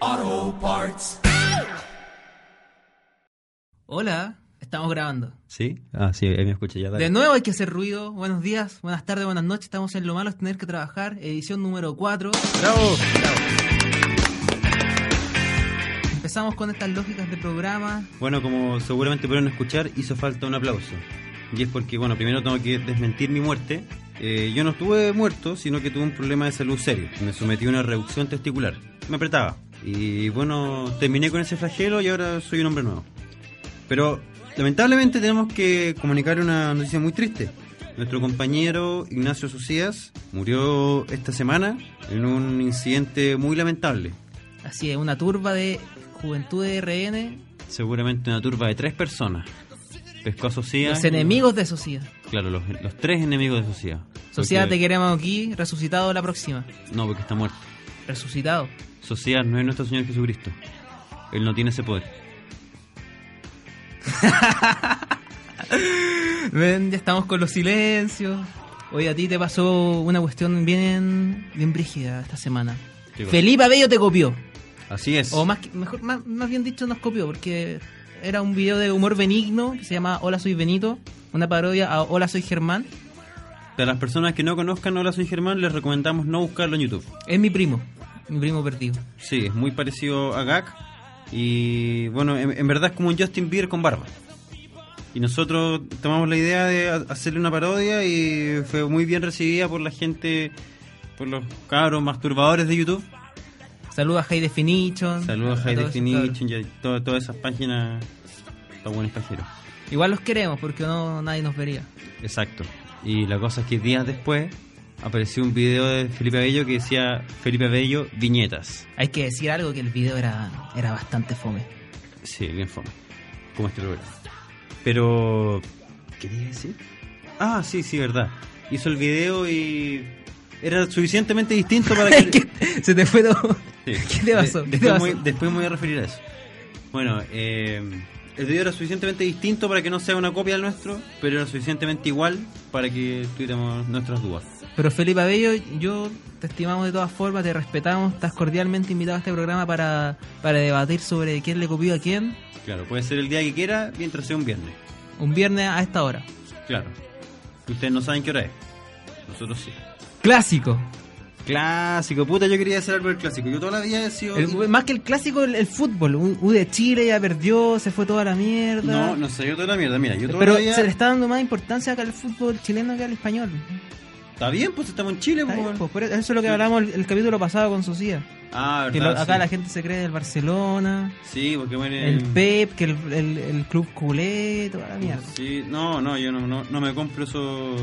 Auto parts. Hola, estamos grabando. ¿Sí? Ah, sí, ahí me escuché ya. Dale. De nuevo hay que hacer ruido. Buenos días, buenas tardes, buenas noches. Estamos en Lo Malo es Tener que Trabajar, edición número 4. ¡Bravo! Empezamos con estas lógicas de programa. Bueno, como seguramente pudieron escuchar, hizo falta un aplauso. Y es porque, bueno, primero tengo que desmentir mi muerte. Eh, yo no estuve muerto, sino que tuve un problema de salud serio. Me sometí a una reducción testicular. Me apretaba. Y bueno, terminé con ese flagelo y ahora soy un hombre nuevo. Pero lamentablemente tenemos que comunicar una noticia muy triste. Nuestro compañero Ignacio Socias murió esta semana en un incidente muy lamentable. Así es, una turba de juventud de RN, Seguramente una turba de tres personas. Pescó a Socias. los enemigos de Sociedad. Claro, los, los tres enemigos de Sociedad. Sociedad, te Porque- queremos aquí, resucitado la próxima. No, porque está muerto. Resucitado. Sociedad no es nuestro Señor Jesucristo. Él no tiene ese poder. Ven, ya estamos con los silencios. Hoy a ti te pasó una cuestión bien, bien brígida esta semana. Qué cosa. Felipe Abello te copió. Así es. O más, que- mejor, más, más bien dicho, nos copió, porque era un video de humor benigno que se llama Hola soy Benito, una parodia a Hola soy Germán. Para las personas que no conozcan Hola Soy Germán, les recomendamos no buscarlo en YouTube. Es mi primo, mi primo perdido. Sí, es muy parecido a Gag. Y bueno, en, en verdad es como un Justin Bieber con barba. Y nosotros tomamos la idea de ha- hacerle una parodia y fue muy bien recibida por la gente, por los cabros masturbadores de YouTube. Saludos a High Definition. Saludos a High todos esos Definition y a to- todas esas páginas. Está buen espajero. cabros. Igual los queremos porque no nadie nos vería. Exacto. Y la cosa es que días después apareció un video de Felipe Abello que decía Felipe Abello viñetas. Hay que decir algo que el video era, era bastante fome. Sí, bien fome. Como este programa. Pero... ¿Quería decir? Ah, sí, sí, verdad. Hizo el video y... Era suficientemente distinto para que... ¿Qué? Se te fue todo. Sí. ¿Qué te pasó? De- ¿Qué te después, pasó? me, después me voy a referir a eso. Bueno, eh, el video era suficientemente distinto para que no sea una copia del nuestro, pero era suficientemente igual para que tuviéramos nuestras dudas. Pero Felipe Abello, yo te estimamos de todas formas, te respetamos, estás cordialmente invitado a este programa para, para debatir sobre quién le copió a quién Claro, puede ser el día que quiera mientras sea un viernes. un viernes a esta hora. Claro. Ustedes no saben qué hora es. Nosotros sí. Clásico. Clásico, puta, yo quería hacer algo del clásico. Yo toda la vida he sido. El- más que el clásico, el, el fútbol. U, U de Chile ya perdió, se fue toda la mierda. No, no sé, yo toda la mierda. Mira, yo toda Pero la vida. se le está dando más importancia acá al fútbol chileno que al español. Está bien, pues estamos en Chile, Está bien, pues. pues, por eso eso es lo que hablamos el, el capítulo pasado con Socia. Ah, Que verdad. lo- acá sí. la gente se cree del Barcelona, Sí, porque bueno. el Pep, que el, el- el club culé, toda la mierda. Sí, no, no, yo no, no, no me compro eso,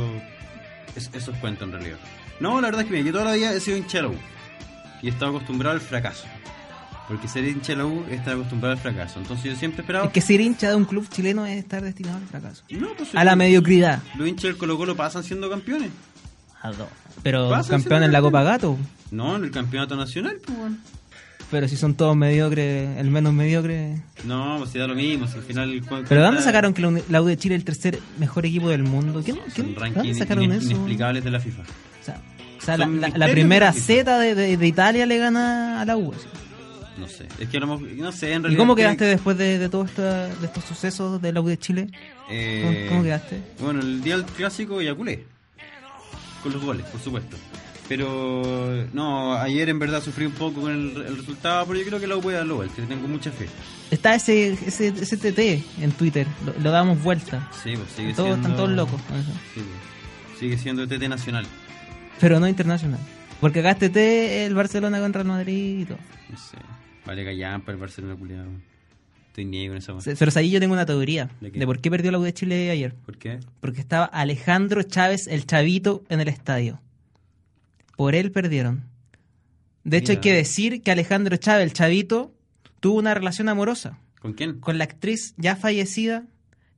es- esos cuentos en realidad. No, la verdad es que mira, yo toda la vida he sido hincha de la U y he estado acostumbrado al fracaso. Porque ser hincha de la U es estar acostumbrado al fracaso. Entonces yo siempre esperaba... Es que ser hincha de un club chileno es estar destinado al fracaso. No, pues A la mediocridad. los hinchas del Colo Colo pasan siendo campeones. Pero Pasa, campeón sí, en la sí. Copa Gato. No, en el campeonato nacional, pues bueno. Pero si son todos mediocres, el menos mediocre. No, pues si da lo mismo, si al final... ¿Pero de dónde sacaron que la Uni- la U de Chile es el tercer mejor equipo del mundo? ¿Quién, quién- Son ¿de rankings ¿Dónde sacaron ine- eso? O inexplicables de la FIFA. sea, o sea, la, Son la- la misterios primera de la FIFA. Z de, de- de Italia le gana a la U. así. No sé, es que a lo mejor- No sé, en ¿Y realidad... cómo quedaste después de, de todos estos- de estos sucesos de la U de Chile? ¿Cómo, Eh, cómo quedaste? Bueno, el día del clásico ya culé. Con los goles, por supuesto. Pero no, ayer en verdad sufrí un poco con el, el resultado, pero yo creo que la U puede dar la vuelta, le tengo mucha fe. Está ese, ese, ese TT en Twitter, lo, lo damos vuelta. Sí, pues sigue Todos, siendo... están todos locos. con eso. Sí, pues, sigue siendo TT Nacional. Pero no internacional. Porque acá este té el Barcelona contra el Madrid y todo. No sé. Vale callan para el Barcelona culiado. Estoy niego en esa más. Se- Pero ahí yo tengo una teoría ¿De de, qué? por qué perdió la U de Chile ayer. ¿Por qué? Porque estaba Alejandro Chávez, el chavito, en el estadio. Por él perdieron. De hecho, Mira. hay que decir que Alejandro Chávez, el chavito, tuvo una relación amorosa ¿Con quién? con la actriz ya fallecida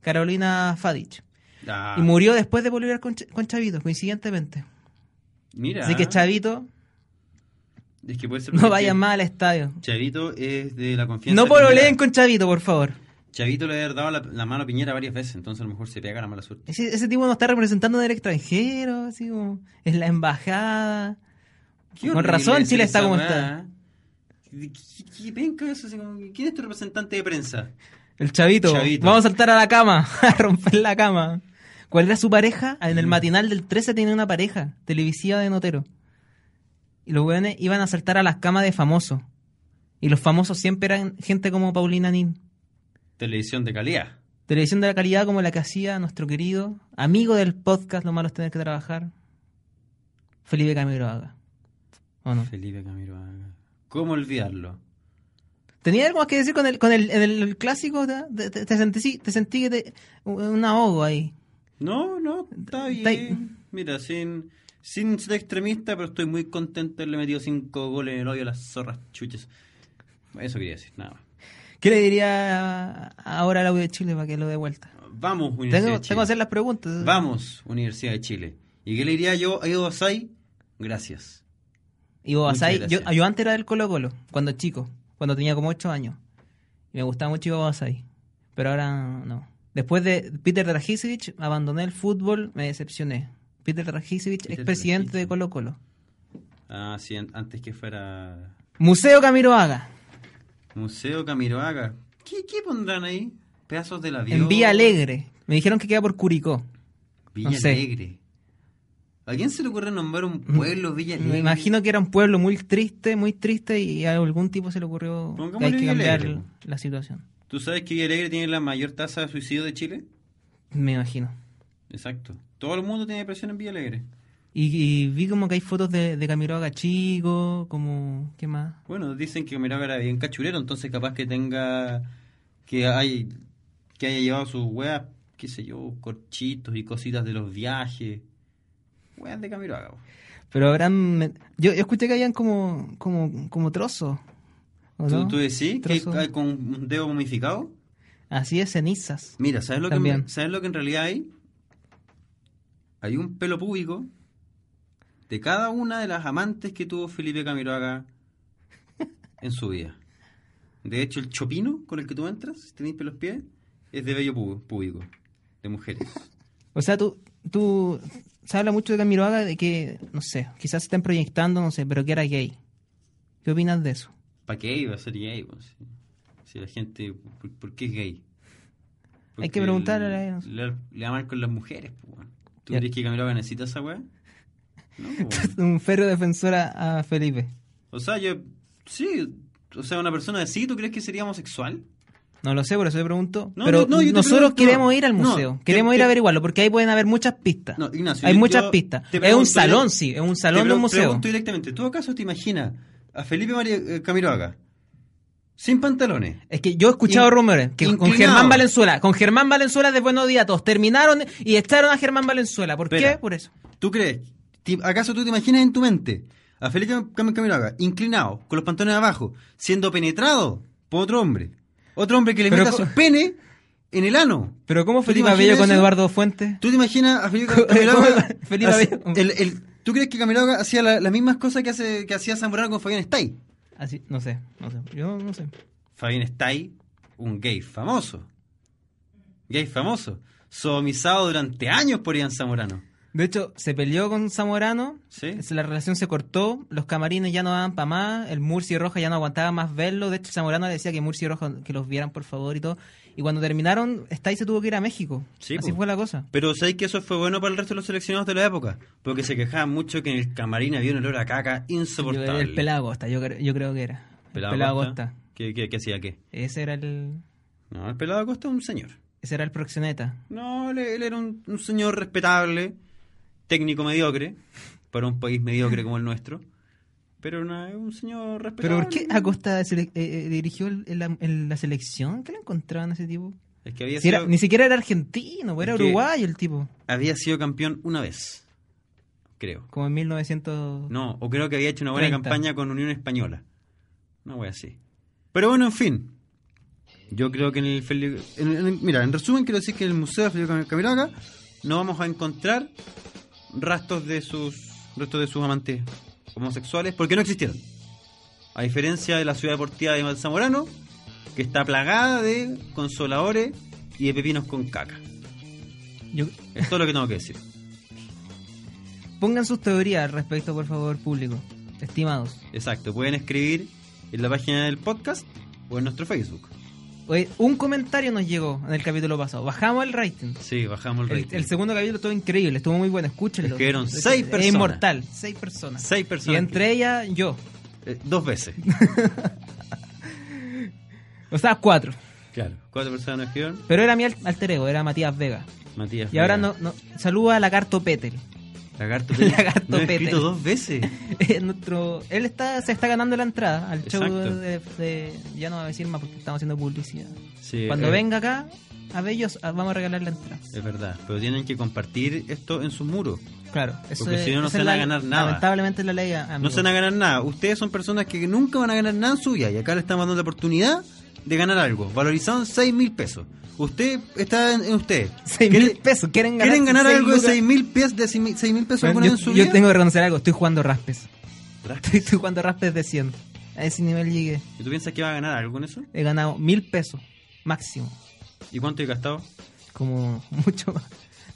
Carolina Fadich. Ah, Y murió después de volver con, Ch- con Chavito, coincidentemente. Ah, mira. Así que Chavito, Es que puede ser no porque vayan más al estadio. Chavito es de la confianza. No de Piñera. pololeen con Chavito, por favor. Chavito le ha dado la, la mano a Piñera varias veces, entonces a lo mejor se pega la mala suerte. Ese, ese tipo nos está representando en el extranjero, así como en la embajada. Qué Con horrible razón, es Chile está esa como weá. está. ¿Qué- qué- qué penca eso? Así como, ¿Quién es tu representante de prensa? El Chavito. Chavito. Vamos a saltar a la cama, a romper la cama. ¿Cuál era su pareja? En el matinal del 13 tenía una pareja televisiva de Notero. Y los weones iban a saltar a las camas de famosos. Y los famosos siempre eran gente como Paulina Nin. Televisión de calidad. Televisión de la calidad como la que hacía nuestro querido amigo del podcast, lo malo es tener que trabajar, Felipe Camiroaga. ¿O no? Felipe Camiroaga. ¿Cómo olvidarlo? ¿Tenía algo más que decir con el, con el, el- el clásico? ¿Te, te- te- te sentí, te sentí que te, un ahogo ahí. No, no, está Está bien. Mira, sin, sin ser extremista, pero estoy muy contento de haberle metido cinco goles en el hoyo a las zorras chuches. Eso quería decir, nada más. ¿Qué le diría ahora al audio de Chile para que lo dé vuelta? Vamos, Universidad Tengo, de Chile. tengo que hacer las preguntas. Vamos, Universidad de Chile. ¿Y qué le diría yo a Edo Asai? Gracias. Y vos, Muchas ahí, yo, gracias. yo antes era del Colo Colo, cuando chico, cuando tenía como 8 años. Y me gustaba mucho Ivo Basay. Pero ahora no. Después de Peter Dragisevich, abandoné el fútbol, me decepcioné. Peter Dragisevich Peter es presidente de Dragisevich. Colo Colo. Ah, sí, an- antes que fuera Museo Camiroaga, Museo Camiroaga. ¿Qué, qué pondrán ahí? Pedazos de la en Villa Alegre. Me dijeron que queda por Curicó. Villa no sé. Mm, Alegre. ¿A quién se le ocurre nombrar un pueblo Villa Alegre? Me imagino que era un pueblo muy triste, muy triste, y a algún tipo se le ocurrió que hay Pongámosle que Villa cambiar Alegre, po. la situación. ¿Tú sabes que Villa Alegre tiene la mayor tasa de suicidio de Chile? Me imagino. Exacto. Todo el mundo tiene depresión en Villa Alegre. Y, y vi como que hay fotos de, de Camiroaga chico, como... ¿Qué más? Bueno, dicen que Camiroaga era bien cachurero, entonces capaz que tenga. que hay que haya llevado sus weas, qué sé yo, corchitos y cositas de los viajes. Weas de Camiroaga. po. Pero habrán... me- Yo, yo escuché que habían como, como, como trozos. ¿o ¿Tú, no? tú decís que Trozo. hay con un dedo momificado? Así es, cenizas. Mira, ¿sabes lo, que, También. en- ¿sabes lo que en realidad hay? Hay un pelo público de cada una de las amantes que tuvo Felipe Camiroaga en su vida. De hecho, el chopino con el que tú entras, si tenéis pelos pies, es de vello pú- público, de mujeres. O sea, tú... tú se habla mucho de Camiroaga de que, no sé, quizás se estén proyectando, no sé, pero que era gay. ¿Qué opinas de eso? ¿Para qué iba a ser gay? po? Si, si la gente, ¿por, por qué es gay? Hay que preguntarle a le, ellos. le, le aman con las mujeres. po, weón. ¿Tú Ya. crees que Camiroaga necesita esa weá? No, po, weón. Un férreo defensor a, a Felipe. O sea, yo. Sí. O sea, una persona así, ¿tú crees que sería homosexual? No lo sé, por eso te pregunto. No, pero no, no, yo te nosotros pregunto- queremos ir al no, museo. te- queremos ir te- a averiguarlo, porque ahí pueden haber muchas pistas. No, Ignacio, Hay yo- muchas yo pistas. es te un pregunto- salón, sí, es un salón Te de pre- un museo. pregunto directamente. ¿Tú acaso te imaginas a Felipe María eh, Camiroaga sin pantalones? Es que yo he escuchado In- rumores que con inclinado. Germán Valenzuela, con Germán Valenzuela de Buenos Días, todos terminaron y echaron a Germán Valenzuela. ¿Por qué? Espera. Por eso. ¿Tú crees? ti- ¿Acaso tú te imaginas en tu mente a Felipe Cam- Camiroaga inclinado, con los pantalones abajo, siendo penetrado por otro hombre? Otro hombre que le Pero meta co- su pene en el ano. Pero ¿cómo ¿Tú te Felipe imaginas Abello con eso? Eduardo Fuentes? ¿Tú te imaginas a Felipe ¿Cómo- Camiroaga? cómo- Felipe hace- Abello? el- el- ¿Tú crees que Camiroaga hacía la- las mismas cosas que, hace, que hacía Zamorano con Fabián Stay? Así, no sé, no sé. Yo no sé. Fabián Stay, un gay famoso. Gay famoso. Sodomizado durante años por Ian Zamorano. De hecho, se peleó con Zamorano, Sí. es- la relación se cortó, los camarines ya no daban para más, el Murci Roja ya no aguantaba más verlo, de hecho Zamorano le decía que Murci Roja que los vieran por favor y todo. Y cuando terminaron, Stay se tuvo que ir a México. Sí, Así po. fue la cosa. Pero sabéis que eso fue bueno para el resto de los seleccionados de la época, porque se quejaban mucho que en el camarín había un olor a caca Yo- insoportable. el Pelado Costa, yo, creo- yo creo que era. El Pelado, Costa. ¿Qué, qué, qué hacía qué? Ese era el No, el pelado Costa es un señor. ese era el proxeneta. No, él, él era un, un señor respetable, técnico mediocre, para un país mediocre como el nuestro. Pero una- un ¿Pero señor respetable. por qué Acosta sele- eh, eh, dirigió el- el- la, el- la selección? ¿Qué le encontraban a ese tipo? Es que había Si era- sido, ni siquiera era argentino, era Es que- uruguayo el tipo. había sido campeón una vez, creo. Como en 1900... No, o creo que había hecho una buena 30. campaña con Unión Española. Una wea así. Pero bueno, en fin. Yo creo que en el, Feli- en- en- Mira, en resumen, quiero decir que en el Museo de Felipe Cam- Camiroaga no vamos a encontrar rastros de sus restos de sus amantes homosexuales porque no existieron. A diferencia de la ciudad deportiva de Zamorano, que está plagada de consoladores y de pepinos con caca. Yo- Es todo lo que tengo que decir. Pongan sus teorías al respecto, por favor, público. Estimados. Exacto, pueden escribir en la página del podcast o en nuestro Facebook. Oye, un comentario nos llegó en el capítulo pasado. Bajamos el rating. Sí, bajamos el El, rating. el segundo capítulo estuvo increíble, estuvo muy bueno. Escúchenlo. Escribieron Es- seis es personas. inmortal, seis personas. Seis Y personas. entre ellas yo. Eh, dos veces. O sea, cuatro. Claro. Cuatro personas nos escribieron. Pero era mi al- alter ego, era Matías Vega. Matías. Y ahora Vega. no, no saluda a Lagarto Petel. Lagarto Pérez. Lagarto No, he Pérez. escrito dos veces. Es Nuestro, él está, se está ganando la entrada al show Exacto. de, de- Ya no va a decir más porque estamos haciendo publicidad. Sí, Cuando eh, venga acá, a Bellos ah, vamos a regalar la entrada. Es verdad, pero tienen que compartir esto en sus muros. Claro, eso Porque es- si no, no esa se es van a la- ganar nada. Lamentablemente es la ley. amigo. No se van a ganar nada. Ustedes son personas que nunca van a ganar nada en su vida y acá le estamos dando la oportunidad de ganar algo. Valorizado en 6 mil pesos. Usted está en, en usted. Seis mil ¿Quieren, pesos, quieren ganar. quieren ganar seis algo de lucas? 6 mil pies- de seis mil- seis mil pesos Bueno, alguna yo, vez en su yo vida? tengo que reconocer algo, estoy jugando raspes. Raspe. Estoy, estoy jugando raspes de 100. A ese nivel llegué. ¿Y tú piensas que va a ganar algo en eso? He ganado mil pesos, máximo. ¿Y cuánto he gastado? Como mucho más.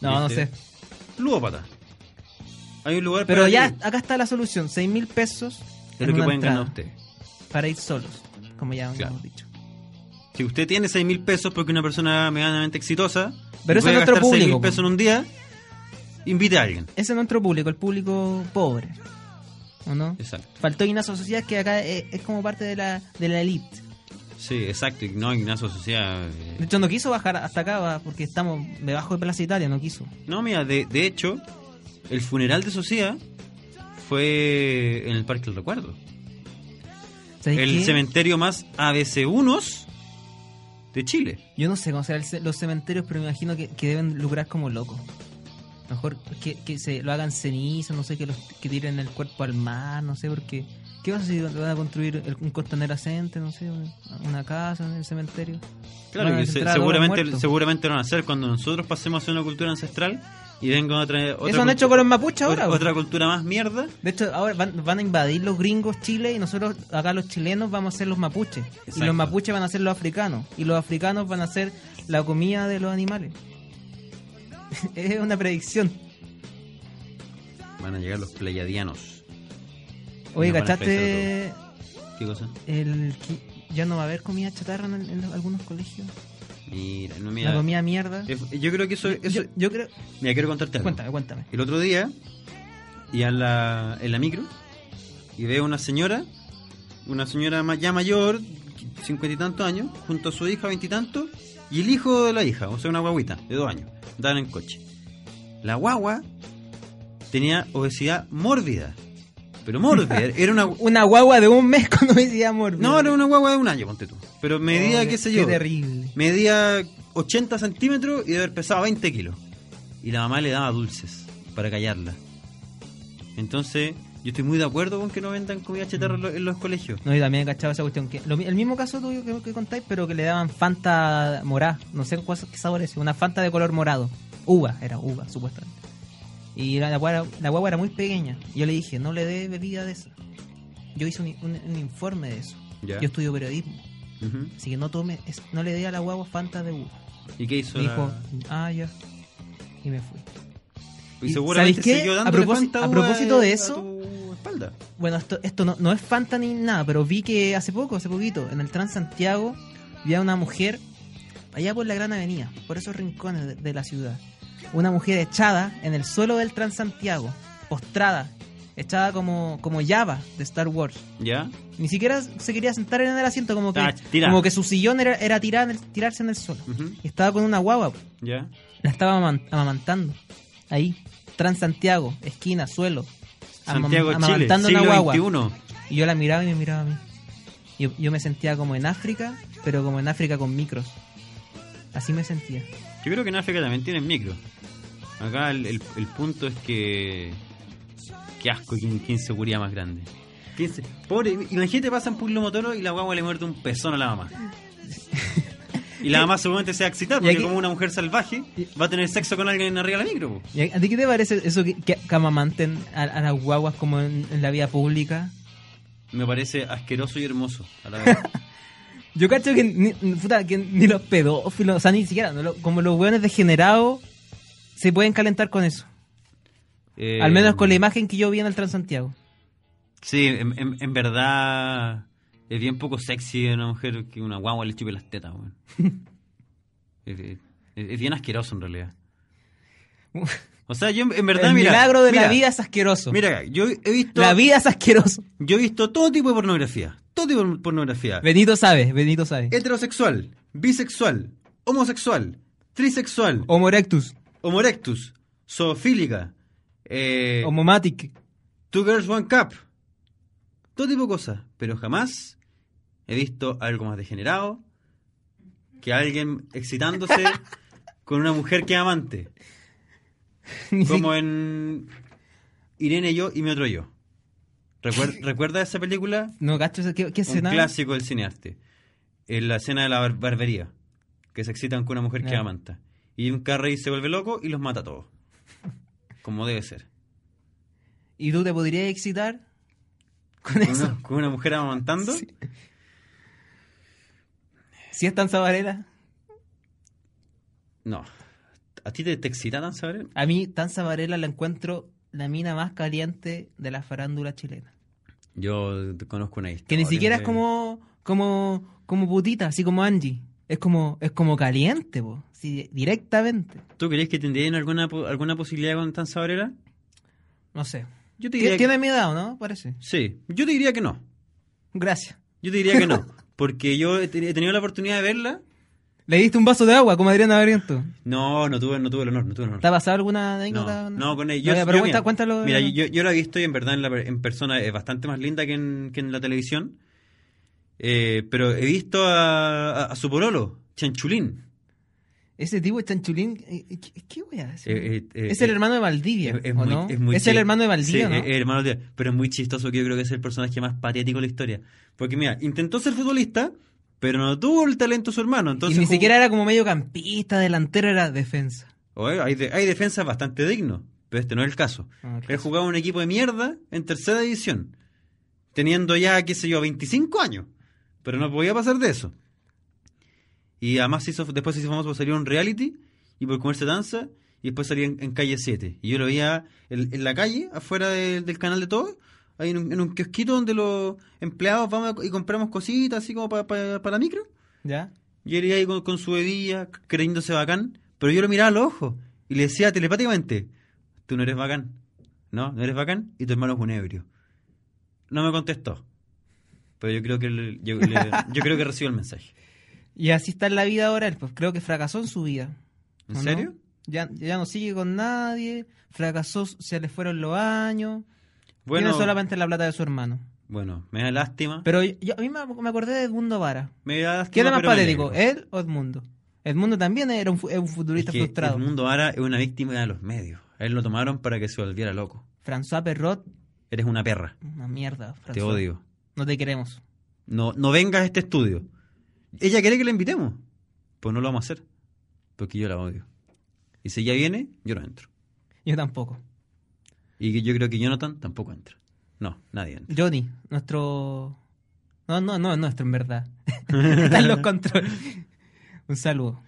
No, ¿Viste? no sé. Ludópata. Hay un lugar Pero para ya, ir. acá está la solución: seis mil pesos. es en lo que una pueden ganar entrada, ustedes. Para ir solos, como ya Claro. hemos dicho. Si usted tiene 6 mil pesos porque una persona medianamente exitosa, Pero eso puede es nuestro gastar seis público, mil pesos en pues. un día, invite a alguien. Ese es nuestro público, el público pobre. ¿O no? Exacto. Faltó Ignacio Sociedad, que acá es, es como parte de la, de la elite. Sí, exacto. Y No, Ignacio Sociedad. eh. De hecho, no quiso bajar hasta acá va, porque estamos debajo de Plaza Italia, no quiso. No, mira, de, de hecho, el funeral de Sociedad fue en el Parque del Recuerdo. ¿Sabes El qué? cementerio más ABC1 de Chile. Yo no sé cómo serán el ce- los cementerios, pero me imagino que, que deben lucrar como locos. Mejor que, que se lo hagan ceniza, no sé, que, los, que tiren el cuerpo al mar, no sé, porque... ¿Qué pasa si van a construir el- un costanera ascente, no sé, un- una casa en el cementerio? Claro, Van a que se- entrar a todos los seguramente, muertos. seguramente lo van a hacer cuando nosotros pasemos a hacer una cultura ancestral y vengan otra, otra Eso han cultu- hecho con los mapuches ahora. otra- po. otra cultura más mierda. De hecho, ahora van, van a invadir los gringos Chile y nosotros, acá los chilenos, vamos a ser los mapuches. Y Exacto. los mapuches van a ser los africanos. Y los africanos van a ser la comida de los animales. es una predicción. Van a llegar los pleiadianos. Oye, Nos van a ¿cachaste ¿Qué cosa? el que ya no va a haber comida chatarra en, en los- algunos colegios? Mira, no La mira. comida mierda. Es- Yo creo que eso. eso yo, yo creo... Mira, quiero contarte algo. Cuéntame, cuéntame. El otro día, iba en la, en la micro, y veo una señora, una señora ma- ya mayor, cincuenta y tantos años, junto a su hija veintitantos, y, el hijo de la hija, o sea, una guaguita de dos años, andaban en coche. La guagua tenía obesidad mórbida, pero mórbida, era una... Una guagua de un mes con obesidad mórbida. No, era una guagua de un año, ponte tú. Pero medía, Oh, qué sé yo, Qué terrible. medía 80 centímetros y debe haber pesado 20 kilos. Y la mamá le daba dulces para callarla. Entonces, yo estoy muy de acuerdo con que no vendan comida chatarra en los, en los colegios. No, y también he cachado esa cuestión. que lo mi- El mismo caso tuyo que, que contáis, pero que le daban Fanta morada. No sé cuál, qué sabor es. Una Fanta de color morado. Uva, era uva, supuestamente. Y la, la guagua, la guagua era muy pequeña. Y yo le dije, no le dé bebida de esa. Yo hice un, un- un informe de eso. Ya. Yo estudio periodismo. Ujú. Así que no tome, es- no le dé a la guagua Fanta de uva. ¿Y qué hizo? Me dijo, la- ah, ya. Y me fui. Y ¿y seguramente sabéis qué? siguió A dándole propósito- Fanta a uva propósito de a eso- tu espalda. Bueno, esto, esto no, no es Fanta ni nada, pero vi que hace poco, hace poquito, en el Transantiago, vi a una mujer allá por la Gran Avenida, por esos rincones de, de la ciudad. Una mujer echada en el suelo del Transantiago, postrada, echada como, como Java de Star Wars. ¿Ya? Ni siquiera se quería sentar en el asiento, como que, Ah, tira. como que su sillón era, era tirar en el- tirarse en el suelo. Ujú. Y estaba con una guagua, ¿Ya? la estaba aman- amamantando. Ahí, Transantiago, esquina, suelo. amam- Santiago, Chile, amamantando una guagua. siglo XXI. Y yo la miraba y me miraba a mí. Yo, yo me sentía como en África, pero como en África con micros. Así me sentía. Yo creo que en África también tienen micro. Acá el, el- el punto es que. Qué asco, qué, qué inseguridad más grande. Qué inse- Pobre, imagínate pasan por Motoro y la guagua le muerde un pezón a la mamá. Y la mamá seguramente sea excitada, Y porque aquí- como una mujer salvaje Y- va a tener sexo con alguien arriba de la micro. po. ¿Y ¿A a ti qué te parece eso que, que amamanten a, a las guaguas como en, en la vida pública? Me parece asqueroso y hermoso. a la vez. Yo cacho que ni, puta, que ni los pedófilos, o sea, ni siquiera, no lo- como los hueones degenerados se pueden calentar con eso. Eh, Al menos con la imagen que yo vi en el Transantiago. Sí, en, en- en verdad es bien poco sexy una mujer que una guagua le chupe las tetas, weón. es, es- es bien asqueroso en realidad. O sea, yo en, en verdad, el mira. milagro de la mira, vida es asqueroso. Mira, yo he visto. la vida es asqueroso. Yo he visto todo tipo de pornografía. Todo tipo de pornografía. Benito sabe, Benito sabe. Heterosexual, bisexual, homosexual, trisexual, Homo erectus, homorectus, zoofílica, eh, homomatic. Two Girls One Cup. Todo tipo de cosas. Pero jamás he visto algo más degenerado que alguien excitándose con una mujer que es amante. Ni Como en Irene yo y mi otro yo. Recuer- ¿Recuerda esa película? No, cacho, ¿qué, qué Un escena? clásico del cinearte. En la escena de la bar- barbería. Que se excitan con una mujer que Ya. amanta. Y un Carrey se vuelve loco y los mata a todos. Como debe ser. ¿Y tú te podrías excitar con Con eso? una, con una mujer amamantando. Si es tan sabarela. No. ¿A ti te, te excita tan saber? A mí, tan sabarela la encuentro la mina más caliente de la farándula chilena. Yo te conozco una historia. Que ni siquiera es de- como, como, como putita, así como Angie. Es como, es como caliente, po. Sí, directamente. ¿Tú crees que tendrían alguna, po- alguna posibilidad con tan sabrera? No sé. Yo te Tiene diría que... tiene mi edad, ¿o ¿no? Parece. Sí. Yo te diría que no. Gracias. Yo te diría que no. Porque yo he te- he tenido la oportunidad de verla. ¿Le diste un vaso de agua como Adriana Barriento? No, no tuve, no tuve el honor, no tuve el honor. ¿Te ha pasado alguna anécdota? No, no, con ya, ella. pero cuenta- cuéntalo. Mira, yo, yo la he visto y en verdad en, la- en persona es bastante más linda que en, que en la televisión. Eh, pero he visto a, a- a su porolo, Chanchulín. Ese tipo de chanchulín, eh, eh, ¿qué, qué wea es? Eh, eh, eh, es el eh, hermano de Valdivia, Es, es ¿o muy- no? es muy el chi- hermano de Sí, eh, Valdivia, ¿no? es- es hermano de- pero es muy chistoso que yo creo que es el personaje más patético de la historia. Porque mira, intentó ser futbolista, pero no tuvo el talento su hermano. Entonces y ni jugó- siquiera era como mediocampista, delantero, era defensa. Oye, hay, de- hay defensas bastante dignos, pero este no es el caso. Ah, Él jugaba en un equipo de mierda en tercera división, teniendo ya, qué sé yo, 25 años, pero no podía pasar de eso. Y además se hizo, después se hizo famoso por salir a un reality y por comerse danza, y después salía en, en calle 7. Y yo lo veía en, en la calle, afuera del- del canal de todo, ahí en un, en un kiosquito donde los empleados vamos y compramos cositas así como pa- pa- para la micro. ¿Ya? Y él iba ahí con, con su bebida, creyéndose bacán, pero yo lo miraba a los ojos y le decía telepáticamente, tú no eres bacán, no, no eres bacán y tu hermano es un ebrio. No me contestó, pero yo creo que, le- yo, le- yo creo que recibió el mensaje. Y así está en la vida ahora, él, pues creo que fracasó en su vida. ¿o ¿En no? serio? Ya, ya no sigue con nadie, fracasó, se le fueron los años, Bueno, tiene solamente la plata de su hermano. bueno, me da lástima. Pero yo, a mí me, me acordé de Edmundo Vara. Me da lástima ¿Quién era más pero me patético, alegro. él o Edmundo? Edmundo también era un, fu- es un Es futbolista que frustrado. el mundo ahora es una víctima de los medios. A él lo tomaron para que se volviera loco. François Perrot, Eres una perra, una mierda. te François. odio. No te queremos. No, no vengas a este estudio. Ella quiere que la invitemos. Pues no lo vamos a hacer. Porque yo la odio. Y si ella viene, yo no entro. Yo tampoco. Y que yo creo que Jonathan tampoco entra. No, nadie entra. Johnny, nuestro. No, no, no es nuestro en verdad. Está en los controles. Un saludo.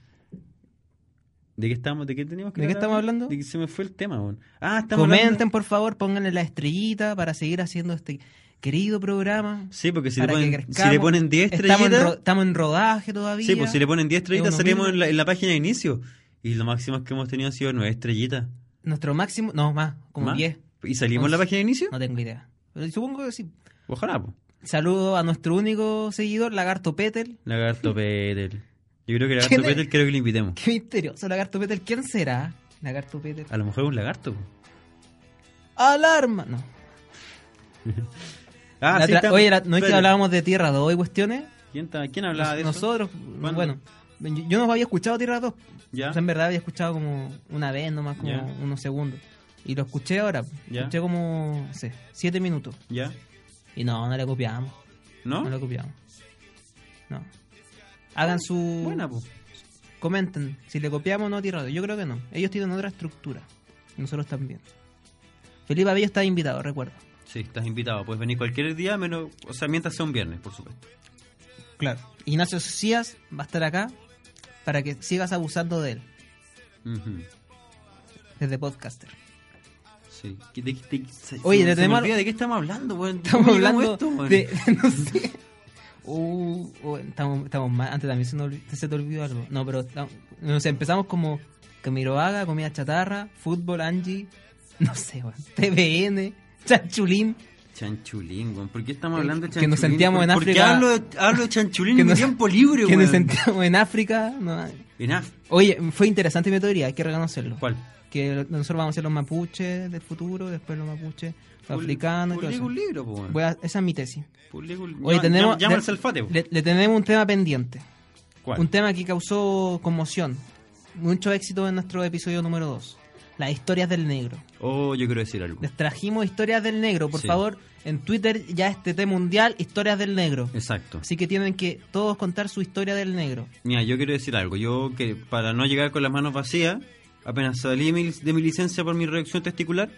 ¿De qué estamos? ¿De qué teníamos que ¿De qué hablar estamos ahora? hablando? De que se me fue el tema, weón. Ah, estamos hablando- Comenten, por favor, pónganle la estrellita para seguir haciendo este querido programa. Sí, porque si, le para que ponen, crezcamos. si le ponen 10 Estamos en, ro- estrellitas... estamos en rodaje todavía. Sí, pues si le ponen 10 Es estrellitas un salimos humilde. en la, en la página de inicio. Y lo máximo que hemos tenido ha sido 9 estrellitas. Nuestro máximo. No, más, como ¿Más? 10. ¿Y salimos en la Once. página de inicio? No tengo idea. Pero supongo que sí. Ojalá, pues. Saludo a nuestro único seguidor, Lagarto Petel. Lagarto Petel. Yo creo que ¿Quién Lagarto es? Petel creo que lo invitemos. Qué misterioso, Lagarto Petel. ¿Quién será? Lagarto Petel. A lo mejor es un lagarto. po. ¡Alarma! No. Ah, La sí, tra- está- Oye, la- ¿no es que espérate. hablábamos de Tierra 2 y cuestiones? ¿Quién, está- quién hablaba de eso? Nosotros, ¿Cuándo? bueno, yo, yo no había escuchado Tierra 2. Ya. O sea, en verdad había escuchado como una vez nomás, como Ya. unos segundos. Y lo escuché ahora, pues. Ya. escuché como, no sé, siete minutos. ¿Ya? Y no, no le copiamos, ¿No? no le copiamos. No. Hagan su, Buena, po. Comenten si le copiamos o no a Tirado. Yo creo que no. Ellos tienen otra estructura. Nosotros también. Felipe Abello está invitado, recuerdo. Sí, estás invitado. Puedes venir cualquier día, menos, o sea, mientras sea un viernes, por supuesto. Claro. Ignacio Cías va a estar acá para que sigas abusando de él Ujú, desde podcaster. Sí. ¿Qué- de- de- se- Oye, se- le se me tenemos- olvida ¿de qué estamos hablando, weón? Estamos ¿Cómo llegamos a hablando esto, weón? de, no sé. Uh, uh, estamos, estamos mal. Antes también se, nos olvi- se te olvidó algo. No, pero estamos- no sé, empezamos como Camiroaga, comida chatarra, fútbol, Angie, no sé, weón, TVN, Chanchulín. Chanchulín, weón. ¿Por qué estamos hablando de Eh, Que chanchulín? nos sentíamos ¿Por- en por qué África- hablo de, hablo de chanchulín que en mi nos- tiempo libre, que weón? nos sentíamos en África. no, En Af- Oye, fue interesante mi teoría, hay que reconocerlo. ¿Cuál? Que lo- nosotros vamos a ser los mapuches del futuro, después los mapuches, los Pul- africanos. y todo publica eso. un libro, po, weón. Voy a- esa es mi tesis. Publica un- Oye, llama- tenemos, Llama al le- Salfate, po. le, le tenemos un tema pendiente. ¿Cuál? Un tema que causó conmoción. Mucho éxito en nuestro episodio número 2. Las historias del negro. Oh, yo quiero decir algo. Les trajimos historias del negro. Por Sí. favor, en Twitter ya este tema mundial, historias del negro. Exacto. Así que tienen que todos contar su historia del negro. Mira, yo quiero decir algo. Yo, que para no llegar con las manos vacías, apenas salí mi- de mi licencia por mi reacción testicular,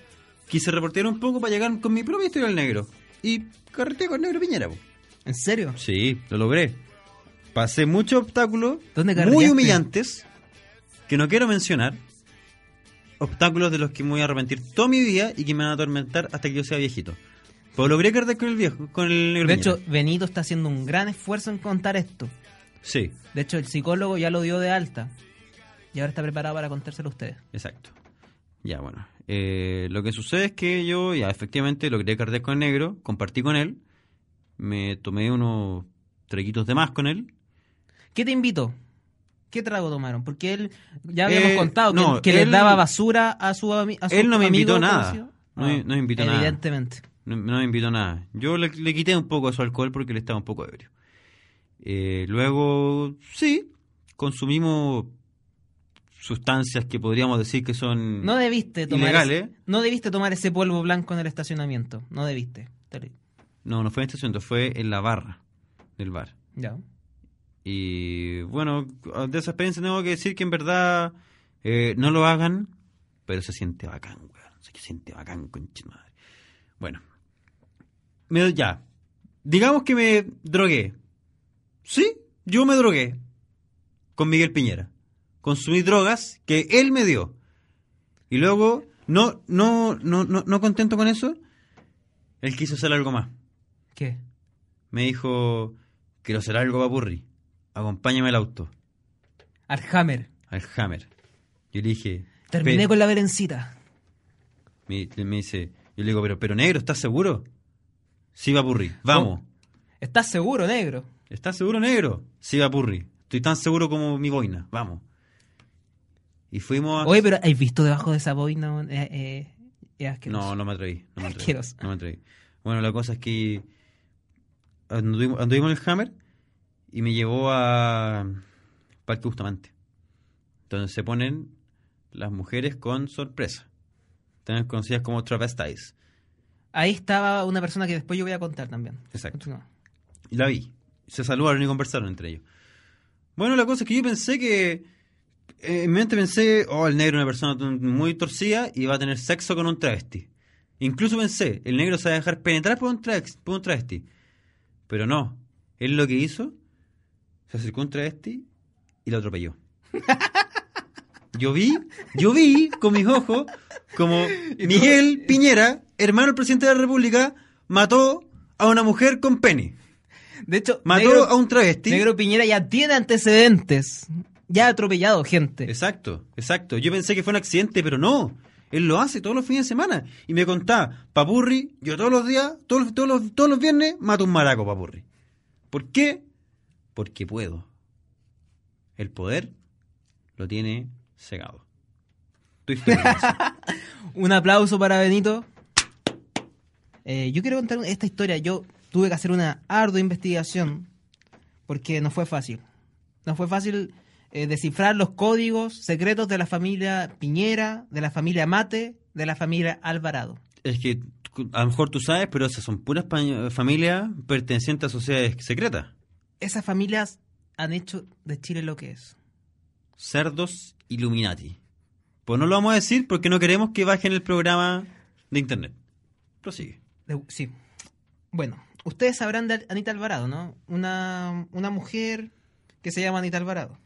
quise reportear un poco para llegar con mi propia historia al negro. Y carreteé con Negro Piñera. po. ¿En serio? Sí, lo logré. Pasé muchos obstáculos ¿Dónde muy carreteaste? humillantes que no quiero mencionar. Obstáculos de los que me voy a arrepentir toda mi vida y que me van a atormentar hasta que yo sea viejito. Pero logré carretear con el viejo, con el negro De Piñera. hecho, Benito está haciendo un gran esfuerzo en contar esto. Sí, De hecho, el psicólogo ya lo dio de alta. Y ahora está preparado para contárselo a ustedes. Exacto. Ya, bueno. Eh, lo que sucede es que yo, ya, efectivamente, logré cartear con el negro, compartí con él, me tomé unos trequitos de más con él. ¿Qué te invitó? ¿Qué trago tomaron? Porque él, ya habíamos Eh, contado, que- no, que, les él- daba basura a su ami- a su Él no me amigo invitó nada. conocido. No me- no me invitó nada. Ah, Evidentemente. No, no me invitó nada. Yo le, le quité un poco de su alcohol porque él estaba un poco ebrio. Eh, luego, sí, consumimos sustancias que podríamos decir que son... No debiste tomar. Mm. Ilegal, ese, ¿eh? No debiste tomar ese polvo blanco en el estacionamiento. No debiste. Te lo- no, no fue en este centro, fue en la barra del bar. Ya. Y bueno, de esa experiencia tengo que decir que en verdad eh, no lo hagan, pero se siente bacán, weón. Se siente bacán, conche madre. Bueno, me, ya. Digamos que me drogué. Sí, yo me drogué con Miguel Piñera. Consumí drogas que él me dio. Y luego, no, no, no, no, no contento con eso, él quiso hacer algo más ¿Qué? me dijo, quiero hacer algo, papurri. Acompáñame al auto, Alhammer. al Hammer. Yo le dije... Terminé "Pe-". con la berencita. Me, me dice, yo le digo, pero, pero negro, ¿estás seguro? Sí, papurri, vamos. ¿Estás seguro, negro? ¿Estás seguro, negro? Sí, papurri. Estoy tan seguro como mi boina, vamos. Y fuimos a... Oye, pero ¿has visto debajo de esa boina? weón? Eh, eh, es asqueroso. No, no me atreví. No me atreví, Asqueroso. no me atreví. Bueno, la cosa es que anduvimos, anduvimos en el Hammer y me llevó a Parque Bustamante. Entonces se ponen las mujeres con sorpresa. Están conocidas como travestis. Ahí estaba una persona que después yo voy a contar también. Exacto. Continúa. Y la vi. Se saludaron y conversaron entre ellos. Bueno, la cosa es que yo pensé que. eh, en mi mente pensé, oh, el negro es una persona t- muy torcida y va a tener sexo con un travesti. Incluso pensé, el negro se va a dejar penetrar por un, trax- por un travesti. Pero no. Él lo que hizo, se acercó a un travesti y lo atropelló. Yo vi, yo vi con mis ojos como Miguel Piñera, hermano del presidente de la República, mató a una mujer con pene. De hecho, Mató negro, a un travesti. negro Piñera ya tiene antecedentes. Ya ha atropellado gente. Exacto, exacto. Yo pensé que fue un accidente, pero no. Él lo hace todos los fines de semana. Y me contaba, Papurri, yo todos los días, todos, los- todos, los, todos los viernes, mato un maraco, Papurri. ¿Por qué? Porque puedo. El poder lo tiene cegado. Tu historia, Nelson. Un aplauso para Benito. Eh, yo quiero contar un- esta historia. Yo tuve que hacer una ardua investigación porque no fue fácil. No fue fácil eh, descifrar los códigos secretos de la familia Piñera, de la familia Mate, de la familia Alvarado. Es que tú- a lo mejor tú sabes, pero esas son puras pa- familias pertenecientes a sociedades secretas. Esas familias han hecho de Chile lo que es. cerdos Illuminati. Pues no lo vamos a decir porque no queremos que bajen el programa de internet. Prosigue. De- sí. Bueno, ustedes sabrán de Anita Alvarado, ¿no? Una, una mujer que se llama Anita Alvarado.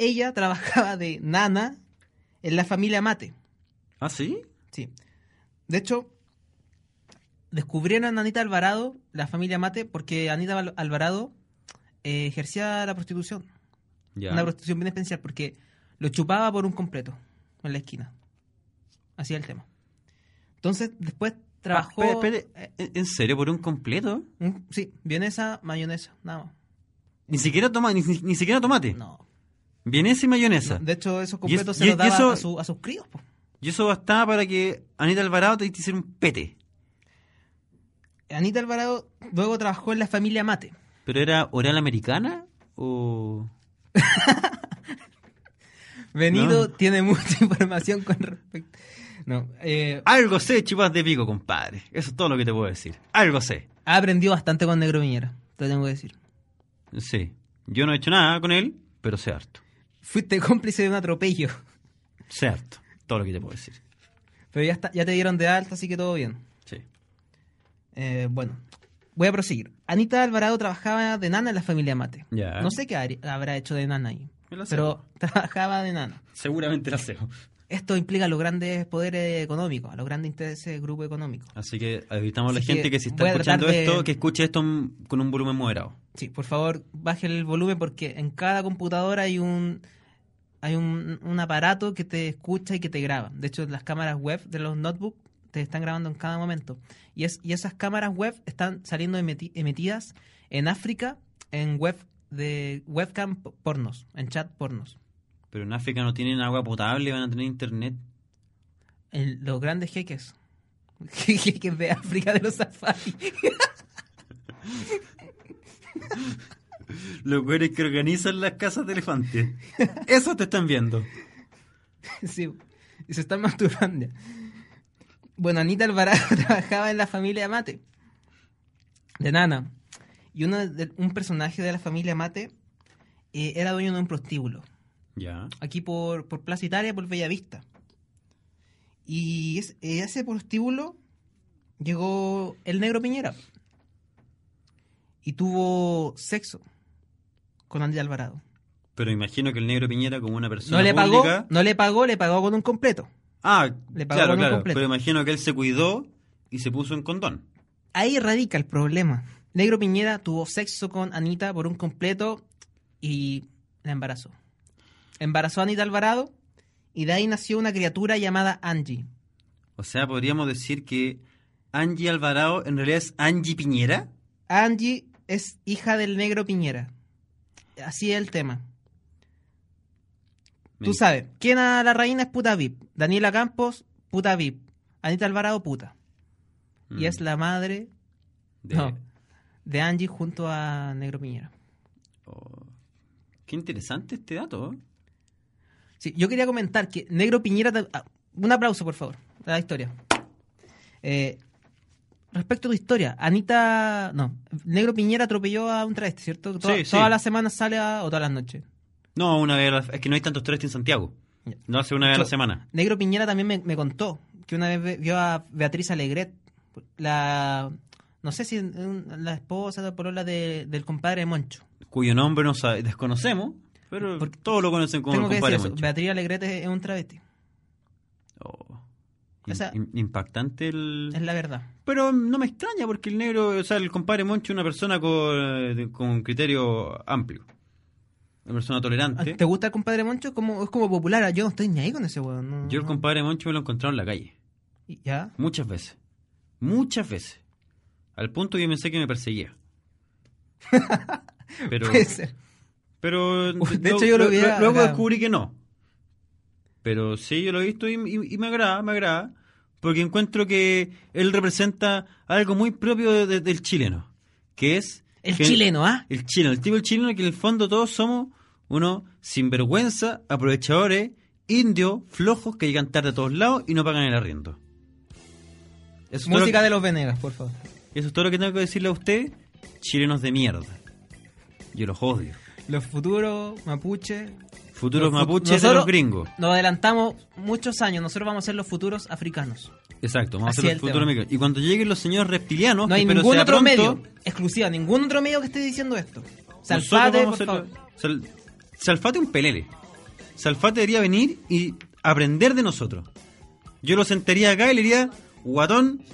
Ella trabajaba de nana en la familia Mate. ¿Ah, sí? Sí. De hecho, descubrieron a Anita Alvarado, la familia Mate, porque Anita Val- Alvarado eh, ejercía la prostitución. Ya. Una prostitución bien especial porque lo chupaba por un completo en la esquina. Así es el tema. Entonces, después trabajó. Pa- espere, espere, ¿en- ¿en serio? ¿Por un completo? Un- sí, vienesa, mayonesa, nada más. Ni siquiera, toma, ni, ni siquiera tomate. No. Vienesa y mayonesa. De hecho, esos completos es- se y los es que daba eso- a, su- a sus críos. po. Y eso bastaba para que Anita Alvarado te hiciera un pete. Anita Alvarado luego trabajó en la familia Mate. ¿Pero era oral americana? ¿O.? Venido No. tiene mucha información con respecto. No, eh, Algo sé, chivas de pico, compadre. Eso es todo lo que te puedo decir. Algo sé. ha aprendido bastante con Negro Viñera, te tengo que decir. Sí. Yo no he hecho nada con él, pero sé harto. Fuiste cómplice de un atropello, Sé harto. Todo lo que te puedo decir. pero ya, está, ya te dieron de alta, así que todo bien. Sí. Eh, bueno, voy a proseguir. Anita Alvarado trabajaba de nana en la familia Mate. Ya. No sé qué hari- habrá hecho de nana ahí, Me lo sé. pero trabajaba de nana. Seguramente la sé. Esto implica los grandes poderes económicos, los grandes intereses del grupo económico. Así que evitamos a la Así gente que que, si está voy a escuchando tratar de- esto, que escuche esto mm, con un volumen moderado. Sí, por favor, baje el volumen porque en cada computadora hay un hay un, un aparato que te escucha y que te graba. De hecho, las cámaras web de los notebooks te están grabando en cada momento. Y, es, y esas cámaras web están saliendo emiti- emitidas en África en web de webcam p- pornos, en chat pornos. Pero en África no tienen agua potable, van a tener internet. En los grandes jeques. Jeques de África de los safaris. Los güeyes que organizan las casas de elefantes. Eso te están viendo. Sí, y se están masturbando. Bueno, Anita Alvarado trabajaba en la familia Mate, de Nana. Y uno de- un personaje de la familia Mate eh, era dueño de un prostíbulo, Ya. aquí por, por Plaza Italia, por Bellavista. Y es- eh, a ese prostíbulo llegó el negro Piñera y tuvo sexo con Anita Alvarado. Pero imagino que el negro Piñera, como una persona No le pagó, pública- no le pagó, le pagó con un completo. Ah, Le pagó claro, con un claro. completo. Pero imagino que él se cuidó y se puso un condón. Ahí radica el problema. Negro Piñera tuvo sexo con Anita por un completo y la embarazó. Embarazó a Anita Alvarado y de ahí nació una criatura llamada Angie. O sea, podríamos decir que Angie Alvarado en realidad es Angie Piñera. Angie es hija del Negro Piñera. Así es el tema. Tú Me- sabes, ¿quién a la reina es puta VIP? Daniela Campos, puta VIP. Anita Alvarado, puta. Mm, Y es la madre de- no, de Angie junto a Negro Piñera. oh, Qué interesante este dato. ¿eh? Sí, yo quería comentar que Negro Piñera. ta- ah, Un aplauso, por favor, a la historia. Eh, respecto a tu historia, Anita. No, Negro Piñera atropelló a un travesti, ¿cierto? Toda- Sí, sí. Todas las semanas sale a- o todas las noches. No, una vez a la- es que no hay tantos tres en Santiago. Ya. No hace una vez a la Yo- semana. Negro Piñera también me, me contó que una vez ve- vio a Beatriz Alegret, la. No sé si en- la esposa, la polola de- del compadre de Moncho. Cuyo nombre no sabe- desconocemos, pero Porque- todos lo conocen como Tengo el que decir compadre eso, Moncho. Beatriz Alegret es, es un travesti, Oh, im- Esa- im- impactante el... es la verdad. Pero no me extraña porque el negro, o sea, el compadre Moncho es una persona con, con un criterio amplio. Una persona tolerante. Ah, ¿Te gusta el compadre Moncho? Como, es como popular, yo no estoy ni ahí con ese weón. no, Yo el no. compadre Moncho me lo he encontrado en la calle. Y- ¿Ya? Muchas veces. Muchas veces. Al punto que yo pensé que me perseguía. Pero, Puede ser. pero Uy, de lo- hecho, yo lo vi acá. luego descubrí que no. Pero sí, yo lo he visto y, y- y me agrada, me agrada. Porque encuentro que él representa algo muy propio de- de- del chileno. Que es... El que- chileno, ¿ah? El chino, el tipo del chileno que en el fondo todos somos unos sinvergüenza, aprovechadores, indios, flojos que llegan tarde a todos lados y no pagan el arriendo. Eso es, todo lo Música que, de los Venegas, por favor. eso es todo lo que tengo que decirle a usted, chilenos de mierda. Yo los odio. Los futuros, mapuche, Futuros Los fut- mapuches de nosotros- los gringos. Nos adelantamos muchos años. Nosotros vamos a ser los futuros africanos. Exacto, vamos Así a hacer es el los futuros tema. micro- Y cuando lleguen los señores reptilianos, No hay que espero ningún sea otro pronto, medio, exclusiva, ningún otro medio que esté diciendo esto. nosotros Salpate, por vamos a favor. hacer- Sal- Salfate un pelele. Salfate debería venir y aprender de nosotros. Yo lo sentaría acá y le diría, guatón,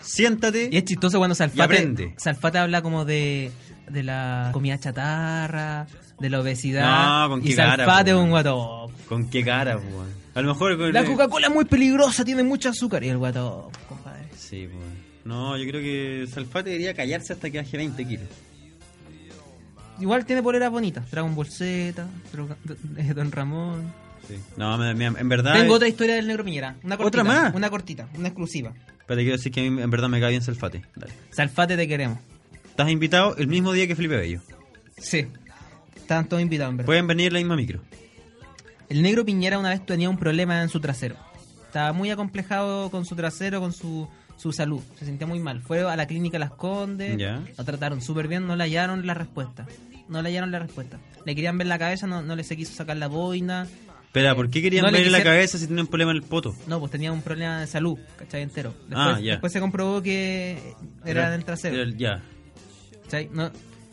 siéntate. Y es chistoso cuando Y Salfate, aprende. Salfate habla como de, de la comida chatarra, de la obesidad. No, con y qué cara, Salfate es po. un guatón. ¿Con qué cara, weón? A lo mejor con La Coca-Cola es muy peligrosa, tiene mucho azúcar. Y el guatón, compadre. Sí, weón. No, yo creo que Salfate debería callarse hasta que baje 20 kilos. Igual tiene poleras bonitas. Dragon Ball Z, Dro- eh, Don Ramón. No, me- me- en verdad. Tengo otra historia del Negro Piñera. Una cortita, Ah, eh. ¿Otra más? Una cortita, una exclusiva. Pero te quiero decir que a mí en verdad me cae bien Salfate. Dale. Salfate te queremos. Estás invitado el mismo día que Felipe Bello. Sí. Estaban todos invitados, en verdad. Pueden venir en la misma micro. Pues- El negro Piñera una vez tenía un problema en su trasero. Estaba muy acomplejado con su trasero, con su, su salud. Se sentía muy mal. Fue a la clínica Las Condes, Ya. lo trataron súper bien, no le hallaron la respuesta. No le hallaron la respuesta. Le querían ver la cabeza, no, no le se quiso sacar la boina. Espera, ¿por qué querían No le ver la quisiera- cabeza si tienen un problema en el poto? No, pues tenía un problema de salud, ¿cachai? Entero. Después, Ah, ya. después se comprobó que era en el trasero. Era el- ya. ¿Cachai? No,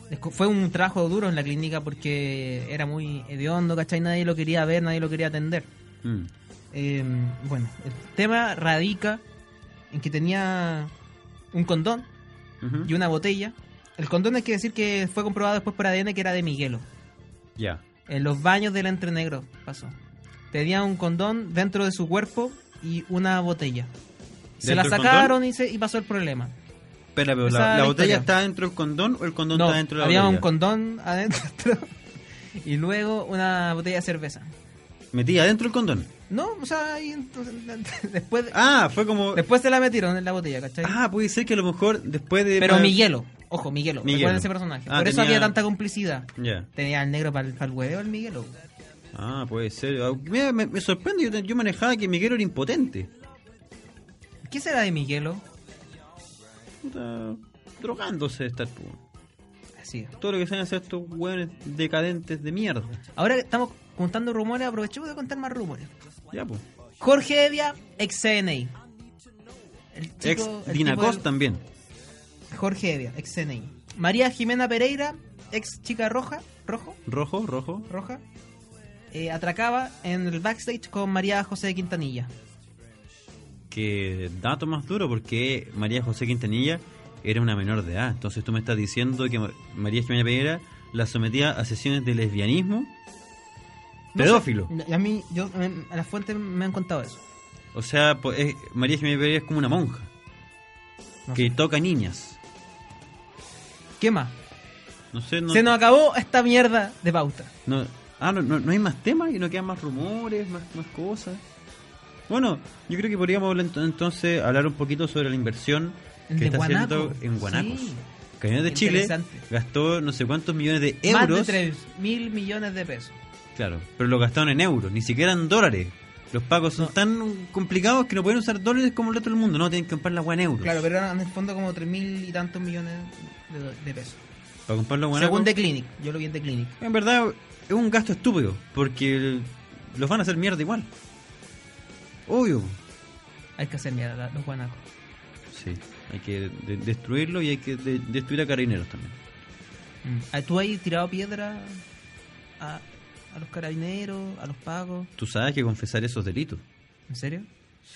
les co- fue un trabajo duro en la clínica porque era muy hediondo, ¿cachai? Nadie lo quería ver, nadie lo quería atender. Mm. Eh, bueno, el tema radica en que tenía un condón Ujú. y una botella. El condón hay que decir que fue comprobado después por ADN que era de Miguelo. Ya. En los baños del Entre Negro pasó. Tenía un condón dentro de su cuerpo y una botella. Se la ¿Dentro del sacaron y, se, y pasó el problema. Espera, pero Esa la, es la la historia. botella está dentro del condón o el condón No, está dentro de la había un botella. condón adentro y luego una botella de cerveza. Metí adentro el condón. No, o sea, ahí entonces- después, Ah, fue como. después se la metieron en la botella, ¿cachai? Ah, puede ser que a lo mejor después de. Pero más- Miguelo, ojo, Miguelo, Miguelo. recuerden ese personaje. Ah, Por eso tenía- había tanta complicidad. Ya. Tenía al negro para el hueveo, el Miguelo. Ah, puede ser. Ah, mira, me, me sorprende. Yo, te- yo manejaba que Miguel era impotente. ¿Qué será de Miguelo? Puta, drogándose de estar. po. Así es. Todo lo que saben hacer estos hueones decadentes de mierda. Ahora que estamos contando rumores, aprovechemos de contar más rumores. Ya, pues. Jorge Evia, ex CNI. El chico- el Ex tipo Dinacos del- también. Jorge Evia, ex CNI. María Jimena Pereira, ex chica roja, rojo, Rojo, rojo. roja. eh, atracaba en el backstage con María José de Quintanilla. que dato más duro porque María José Quintanilla era una menor de edad. Entonces tú me estás diciendo que Ma- María Jimena Pereira la sometía a sesiones de lesbianismo No pedófilo. sé, a mí, yo, a las fuentes me han contado eso. O sea, po- es- María Jimena Pereira es como una monja No que sé. toca niñas. ¿Qué más? No sé, no, Se nos acabó esta mierda de pauta. no- ah, no, no- no hay más temas y no quedan más rumores, más, más cosas. Bueno, yo creo que podríamos hablar ent- entonces hablar un poquito sobre la inversión El que de está haciendo Guanaco. en Guanacos. Sí. Cañón de Chile Interesante. gastó no sé cuántos millones de Más euros. de 3 mil millones de pesos. Claro, pero lo gastaron en euros, ni siquiera en dólares. Los pagos son tan complicados que no pueden usar dólares como el resto del mundo, no, tienen que comprar la agua en euros. Claro, pero eran en el fondo como 3 mil y tantos millones de, de pesos. Para comprar la agua en Según The euros, Clinic. Yo lo vi en The Clinic. En verdad, es un gasto estúpido, porque los van a hacer mierda igual. Obvio. Hay que hacer mierda la- los guanacos. Sí, hay que de- destruirlo y hay que de- destruir a carabineros también. Mm. Ah, ¿Tú ahí tirado piedra a, a los carabineros, a los pagos? Tú sabes que confesar esos delitos. ¿En serio?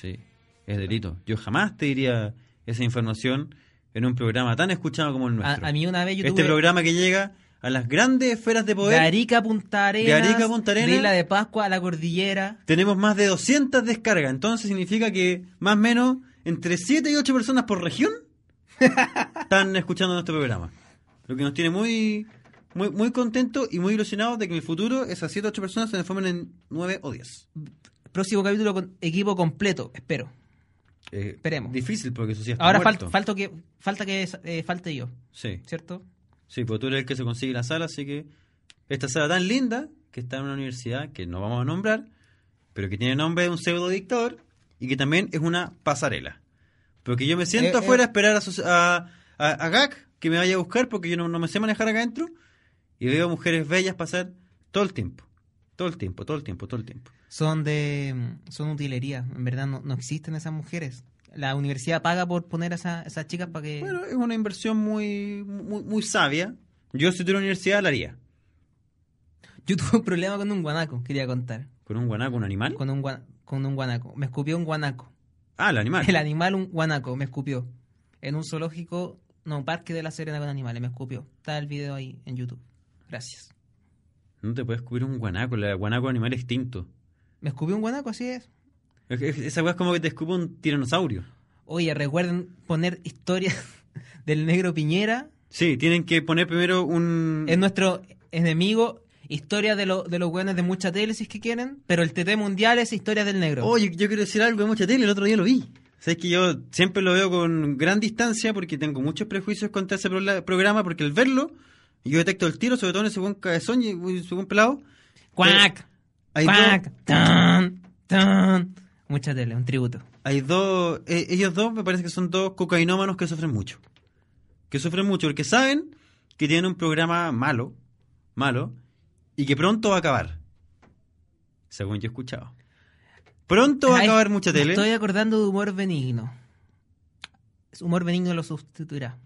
Sí, es delito. Yo jamás te diría esa información en un programa tan escuchado como el nuestro. A, a mí una vez yo este tuve programa que llega a las grandes esferas de de poder. Arica a Punta Arenas, De Arica a Punta Arenas. de Isla de Pascua a la Cordillera. Tenemos más de 200 descargas, entonces significa que más o menos entre 7 y 8 personas por región están escuchando nuestro programa. Lo que nos tiene muy muy, muy contentos y muy ilusionados de que en el futuro esas 7 o 8 personas se transformen en 9 o 10. Próximo capítulo con equipo completo, espero. Eh, Esperemos. Difícil porque eso sí está Ahora muerto. falta, falta que falta que eh, falte yo, Sí, ¿cierto? sí, porque tú eres el que se consigue la sala, así que esta sala tan linda que está en una universidad que no vamos a nombrar, pero que tiene nombre de un pseudo dictador y que también es una pasarela. Porque yo me siento Eh, afuera eh. a esperar a, sus- a, a- a Gak que me vaya a buscar porque yo no, no me sé manejar acá adentro y veo mujeres bellas pasar todo el tiempo. Todo el tiempo, todo el tiempo, todo el tiempo. Son de son utilería, en verdad no, no existen esas mujeres. La universidad paga por poner a esa- esas chicas para que... Bueno, es una inversión muy, muy, muy sabia. Yo si tuviera una universidad la haría. Yo tuve un problema con un guanaco, quería contar. ¿Con un guanaco, un animal? Con un, guan- con un guanaco. Me escupió un guanaco. Ah, el animal. El animal, un guanaco, me escupió. En un zoológico, no, un parque de la Serena con animales, me escupió. Está el video ahí en YouTube. Gracias. No te puedes cubrir un guanaco, el guanaco es un animal extinto. Me escupió un guanaco, así es. Es- es- Esa weá es como que te escupa un tiranosaurio. Oye, recuerden poner historias del negro Piñera Sí, tienen que poner primero un... Es nuestro enemigo. Historias de, lo- de los hueones de mucha tele, si es que quieren. Pero el TT mundial es historias del negro. Oye, yo quiero decir algo de mucha tele, el otro día lo vi. Sabes que yo siempre lo veo con gran distancia porque tengo muchos prejuicios contra ese prola- programa porque al verlo, yo detecto el tiro, sobre todo en ese buen cabezón y y ese buen pelado. ¡Cuac! Hay ¡Cuac! dos, ¡Tan! ¡Tan! Mucha tele, un tributo. hay dos eh, ellos dos me parece que son dos cocainómanos que sufren mucho. Que sufren mucho porque saben que tienen un programa malo, malo, y que pronto va a acabar. Según yo he escuchado. Pronto va a Ay, acabar mucha me tele. Estoy acordando de humor benigno. Humor benigno lo sustituirá.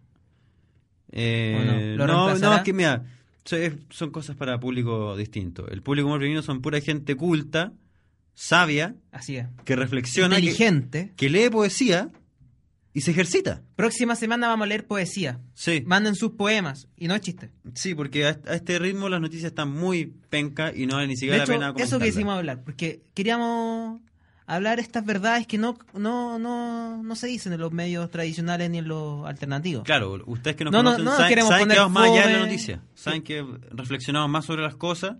Eh, ¿O no? ¿Lo no, reemplazará? no, es que mira, so- es- son cosas para público distinto. El público más femenino son pura gente culta, sabia, Así es. que reflexiona, que, Inteligente. que lee poesía y se ejercita. Próxima semana vamos a leer poesía. Sí, Manden sus poemas. Y no es chiste. sí, porque a, a este ritmo las noticias están muy penca y no vale ni De siquiera hecho, la pena eso que comentarlas. hicimos hablar, porque queríamos hablar estas verdades que no, no, no, no se dicen en los medios tradicionales ni en los alternativos. Claro, ustedes que nos No, no, conocen no nos saben, queremos saben poner que vamos más allá de la fome. noticia. Saben que reflexionamos más sobre las cosas.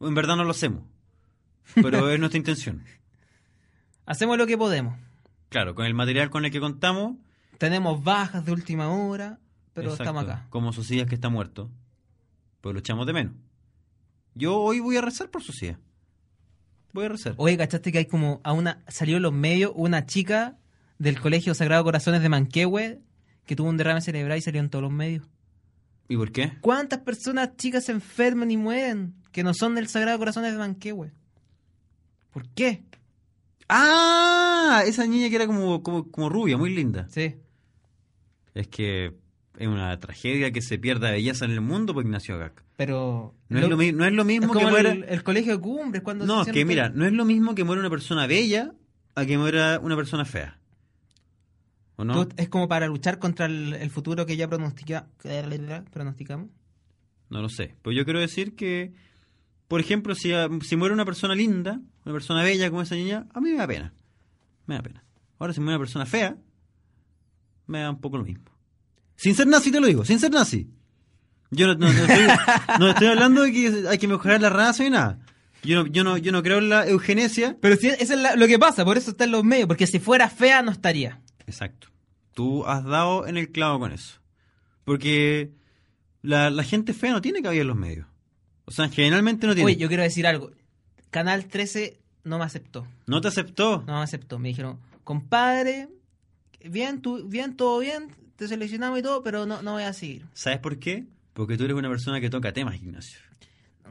En verdad no lo hacemos, pero es nuestra intención. Hacemos lo que podemos. Claro, con el material con el que contamos, Tenemos bajas de última hora, pero Exacto, estamos acá. Como Socias que está muerto. Pues lo echamos de menos. Yo hoy voy a rezar por Socias. Voy a rezar. Oye, ¿cachaste que hay como a una, salió en los medios una chica del Colegio Sagrado Corazones de Manquehue que tuvo un derrame cerebral y salió en todos los medios? ¿Y por qué? ¿Cuántas personas chicas se enferman y mueren que no son del Sagrado Corazones de Manquehue? ¿Por qué? ¡Ah! Esa niña que era como, como, como rubia, muy linda. Sí. Es que es una tragedia que se pierda belleza en el mundo por Ignacio Agac. Pero No, es, lo, mi- no es lo Es mismo que como muera. el, el colegio de cumbres cuando No, se es que hicieron- mira, no es lo mismo que muera una persona bella a que muera una persona fea. ¿O no? Tú- es como para luchar contra el, el futuro que ya pronostica, que pronosticamos. No lo sé. Pero yo quiero decir que, por ejemplo, si, ah, si muere una persona linda, una persona bella como esa niña, a mí me da pena. Me da pena. Ahora, si muere una persona fea, me da un poco lo mismo. Sin ser nazi te lo digo, sin ser nazi. Yo no, no- no estoy, no estoy hablando de que hay que mejorar la raza ni nada. Yo no, yo no, yo no creo en la eugenesia. Pero si eso es la- lo que pasa, por eso está en los medios, porque si fuera fea no estaría. Exacto. Tú has dado en el clavo con eso. Porque la, la gente fea no tiene cabida en los medios. O sea, generalmente no tiene. Oye, yo quiero decir algo. Canal 13 no me aceptó. No te aceptó. No me aceptó. Me dijeron, compadre, bien, tú, bien, todo bien, te seleccionamos y todo, pero no, no voy a seguir. ¿Sabes por qué? Porque tú eres una persona que toca temas, Ignacio.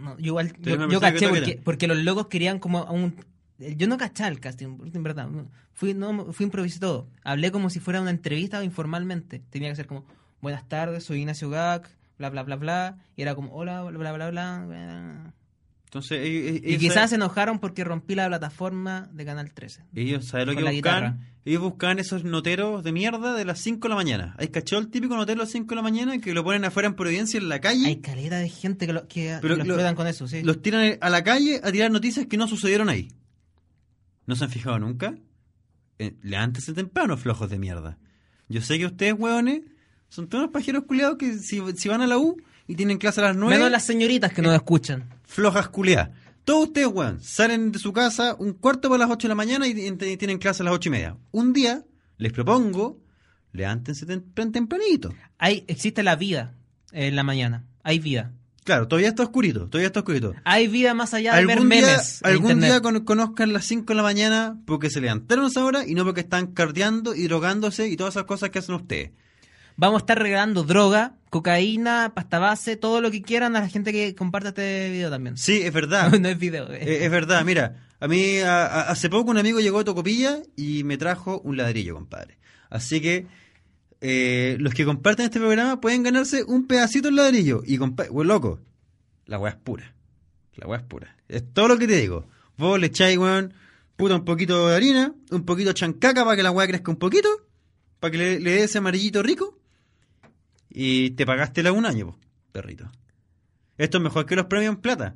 No, yo igual, Tú eres yo, una yo persona que caché toca porque, tela. porque los locos querían como a un... Yo no cachaba el casting, en verdad. Fui, no, fui improvisado todo. Hablé como si fuera una entrevista informalmente. Tenía que ser como, buenas tardes, soy Ignacio Gac, bla, bla, bla, bla. Y era como, hola, bla, bla, bla, bla. bla". Entonces, e-, ellos, Y ellos quizás se saben- enojaron porque rompí la plataforma de Canal 13. ellos saben lo con que la buscan. guitarra. Ellos buscan esos noteros de mierda de las 5 de la mañana. Hay cachó el típico notero a las 5 de la mañana que lo ponen afuera en Providencia en la calle. Hay caleta de gente que lo, que Pero lo lo- explotan con eso, sí. Los tiran a la calle a tirar noticias que no sucedieron ahí. ¿No se han fijado nunca? Eh, Levántense temprano, flojos de mierda. Yo sé que ustedes, hueones, son todos unos pajeros culiados que si, si van a la U y tienen clase a las 9. Menos las señoritas que eh, nos escuchan. flojas culiadas. Todos ustedes, weón, salen de su casa un cuarto para las 8 de la mañana y, y tienen clase a las 8 y media. Un día, les propongo, levántense tem- tempranito. Hay, existe la vida en la mañana. Hay vida. Claro, todavía está oscurito, todavía está oscurito. Hay vida más allá de ver Algún día, memes. en algún internet. día con- conozcan las 5 de la mañana porque se levantaron a esa hora y no porque están cardeando y drogándose y todas esas cosas que hacen ustedes. Vamos a estar regalando droga, cocaína, pasta base, todo lo que quieran a la gente que comparta este video también. Sí, ah. es verdad. No, no es video. eh. Eh, es verdad, mira, a mí a- a- hace poco un amigo llegó a Tocopilla y me trajo un ladrillo, compadre. Así que eh, los que comparten este programa pueden ganarse un pedacito de ladrillo. Y, compadre, loco, la weá es pura. La weá es pura. Es todo lo que te digo. Vos le echáis, weón, puta, un poquito de harina, un poquito de chancaca para que la weá crezca un poquito, para que le, le dé ese amarillito rico. Y te pagaste la un año, po, perrito. Esto es mejor que los premios en plata.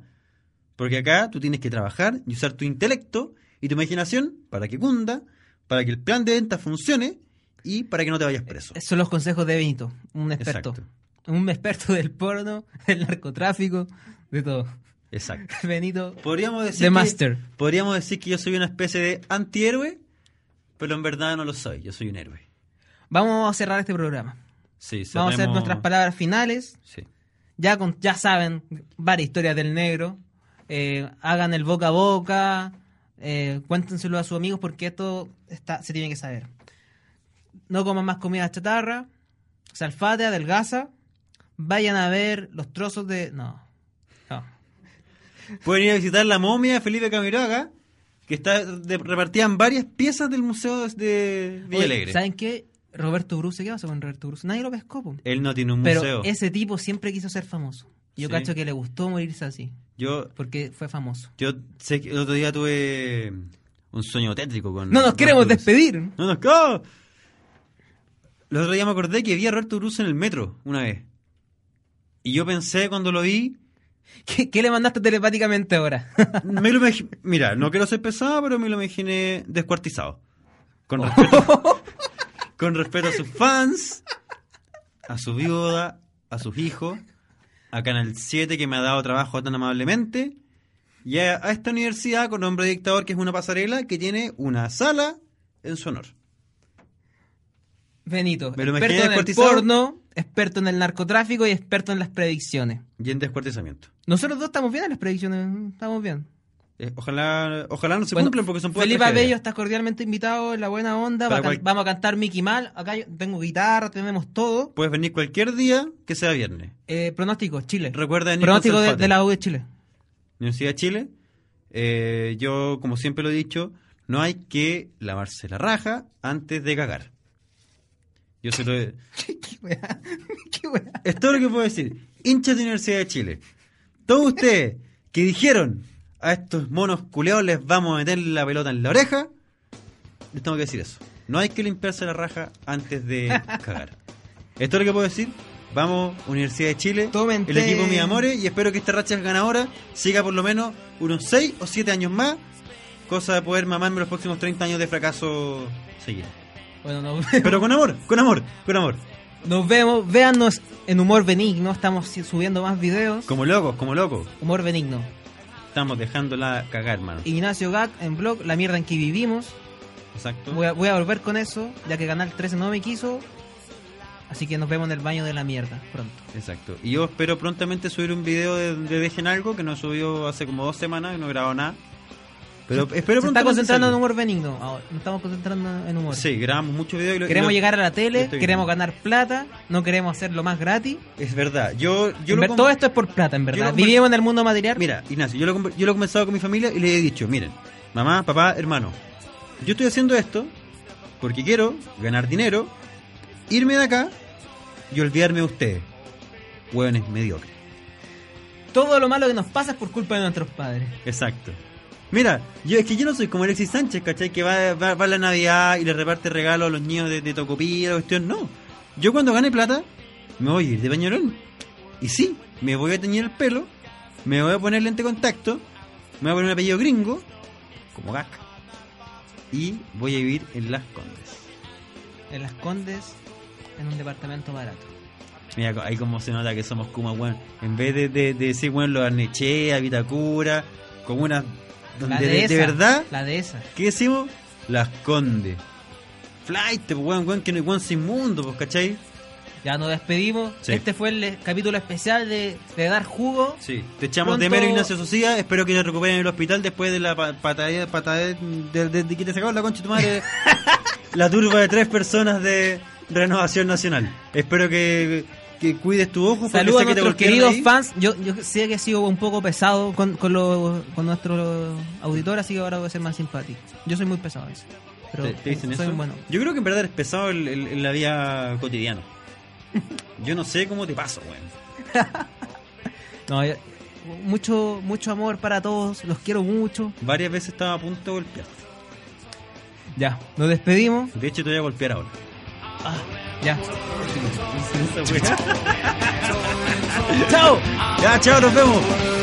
Porque acá tú tienes que trabajar y usar tu intelecto y tu imaginación para que cunda, para que el plan de venta funcione y para que no te vayas preso. Esos son los consejos de Benito, un experto. Eh, Exacto. Un experto del porno, del narcotráfico, de todo. Exacto. Benito, Podríamos decir, The que, Master. podríamos decir que yo soy una especie de antihéroe, pero en verdad no lo soy. Yo soy un héroe. vamos a cerrar este programa. Sí, Vamos a hacer cerremos- nuestras palabras finales. Sí. ya con, ya saben varias historias del negro Eh, hagan el boca a boca eh, cuéntenselo a sus amigos porque esto está se tiene que saber no coman más comida chatarra se alfate adelgaza vayan a ver los trozos de no no Pueden ir a visitar la momia de Felipe Camiroaga, que está de- repartida en varias piezas del Museo de Villa Oye, Alegre. ¿saben qué? Roberto Bruce ¿qué pasa con Roberto Bruce? nadie lo pescó po. Él no tiene un pero museo. ese tipo siempre quiso ser famoso yo Sí. cacho que le gustó morirse así Yo porque fue famoso Yo sé que el otro día tuve un sueño tétrico con. no nos queremos Roberto Bruce. despedir ¡No nos ¡Ah! El otro día me acordé que vi a Roberto Bruce en el metro una vez. Y yo pensé cuando lo vi. ¿Qué, qué le mandaste telepáticamente ahora? Me lo imagi- Mira, no quiero ser pesado, pero me lo imaginé descuartizado. Oh. Con respeto, con respeto a sus fans, a su viuda, a sus hijos, a Canal 7 que me ha dado trabajo tan amablemente, y a, a esta universidad con nombre de dictador que es una pasarela que tiene una sala en su honor. Benito, Me lo imaginé experto en el descuartizado. porno, experto en el narcotráfico y experto en las predicciones. Y en descuartizamiento. Nosotros dos estamos bien en las predicciones, estamos bien. Eh, ojalá, ojalá no se Bueno, cumplan porque son puras Felipe tragedias. Abello, estás cordialmente invitado en la buena onda. Para va a can- cual- Vamos a cantar Mickey Mal. Acá yo tengo guitarra, tenemos todo. Puedes venir cualquier día que sea viernes. Eh, pronóstico, Chile. Recuerda de Nicolás pronóstico de, Alfate. de la U de Chile. Universidad de Chile. Eh, yo, como siempre lo he dicho, no hay que lavarse la raja antes de cagar. Yo se lo he- Qué weá, qué weá. Es todo lo que puedo decir. Hinchas de Universidad de Chile. Todos ustedes que dijeron a estos monos culeados les vamos a meter la pelota en la oreja, les tengo que decir eso. No hay que limpiarse la raja antes de cagar. Es todo lo que puedo decir. Vamos, Universidad de Chile. Tomen el té. equipo mis amores. Y espero que esta racha ganadora siga por lo menos unos 6 o 7 años más. Cosa de poder mamarme los próximos 30 años de fracaso seguido. Bueno, nos, Pero con amor, con amor, con amor. nos vemos. Véannos en Humor Benigno. Estamos subiendo más videos. Como locos, como locos. Humor Benigno. Estamos dejándola cagar, hermano. Ignacio Gat en blog La mierda en que vivimos. Exacto. Voy a, voy a volver con eso, ya que Canal 13 no me quiso. Así que nos vemos en el baño de la mierda pronto. Exacto. Y yo espero prontamente subir un video de, de Dejen Algo que no subió hace como dos semanas y no he grabado nada. Pero espero Se está concentrando en humor. humor benigno. Ahora, nos estamos concentrando en humor. Sí, grabamos muchos videos. y lo- Queremos lo- llegar a la lo tele, estoy queremos viendo. ganar plata, no queremos hacerlo más gratis. Es verdad. Yo, En yo lo ver- com- Todo este esto es por plata, en lo verdad. conver- Vivimos en el mundo material. Mira, Ignacio, yo lo, conver- yo lo he conversado con mi familia y le he dicho, miren, mamá, papá, hermano, yo estoy haciendo esto porque quiero ganar dinero, irme de acá y olvidarme de ustedes. Hueones mediocres. todo lo malo que nos pasa es por culpa de nuestros padres. Exacto. Mira, yo es que yo no soy como Alexis Sánchez, ¿cachai? Que va, va, va a la Navidad y le reparte regalos a los niños de, de Tocopilla, cuestión. No. Yo cuando gane plata, me voy a ir de bañolón. Y sí, me voy a teñir el pelo, me voy a poner lente de contacto, me voy a poner un apellido gringo, como Gak. Y voy a vivir en Las Condes. En las Condes, en un departamento barato. Mira, co- ahí como se nota que somos Kuma, weón. En vez de, de, de decir, weón, los Arnechea, Vitacura, comunas donde La de- de dehesa, verdad La dehesa. ¿Qué decimos? Las Condes. Flight, pues, weón, weón, que no weón sin mundo, pues, ¿cachai? Ya nos despedimos. Sí. Este fue el eh, capítulo especial de, de Dar Jugo. Sí. Te echamos de Pronto- mero Ignacio Socia, espero que te recuperen en el hospital después de la pa- patada Eh, patada de, de- de que te sacaron la concha de tu madre. la turba de tres personas de, Renovación Nacional. Espero que, que cuides tu ojo. porque Saludos a sé que te nuestros golpearon queridos ahí. fans. Yo, yo sé que he sido un poco pesado con, con, los- con nuestro auditor, así que ahora voy a ser más simpático. Yo soy muy pesado a veces. Pero ¿Te- te dicen soy eso? bueno. Yo creo que en verdad es pesado el- el- en la vida cotidiana. Yo no sé cómo te paso, weón. No, yo- mucho, mucho amor para todos, los quiero mucho. Varias veces estaba a punto de golpearte. Ya, nos despedimos. De hecho, te voy a golpear ahora. Ya. ¡Chao! Ya, chao, nos vemos.